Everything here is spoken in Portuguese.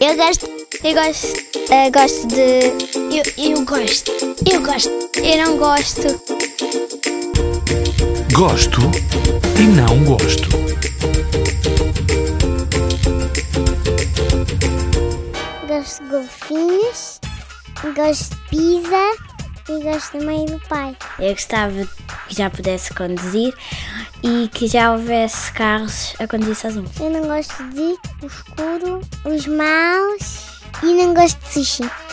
Eu gosto. Eu gosto. Eu gosto de. Eu, eu gosto. Eu gosto. Eu não gosto. Gosto e não gosto. Gosto de golfinhos, gosto de pizza e gosto também do pai. Eu gostava que já pudesse conduzir e que já houvesse carros a conduzir sozinhos. Eu não gosto de o escuro, os maus e não gosto de sushi.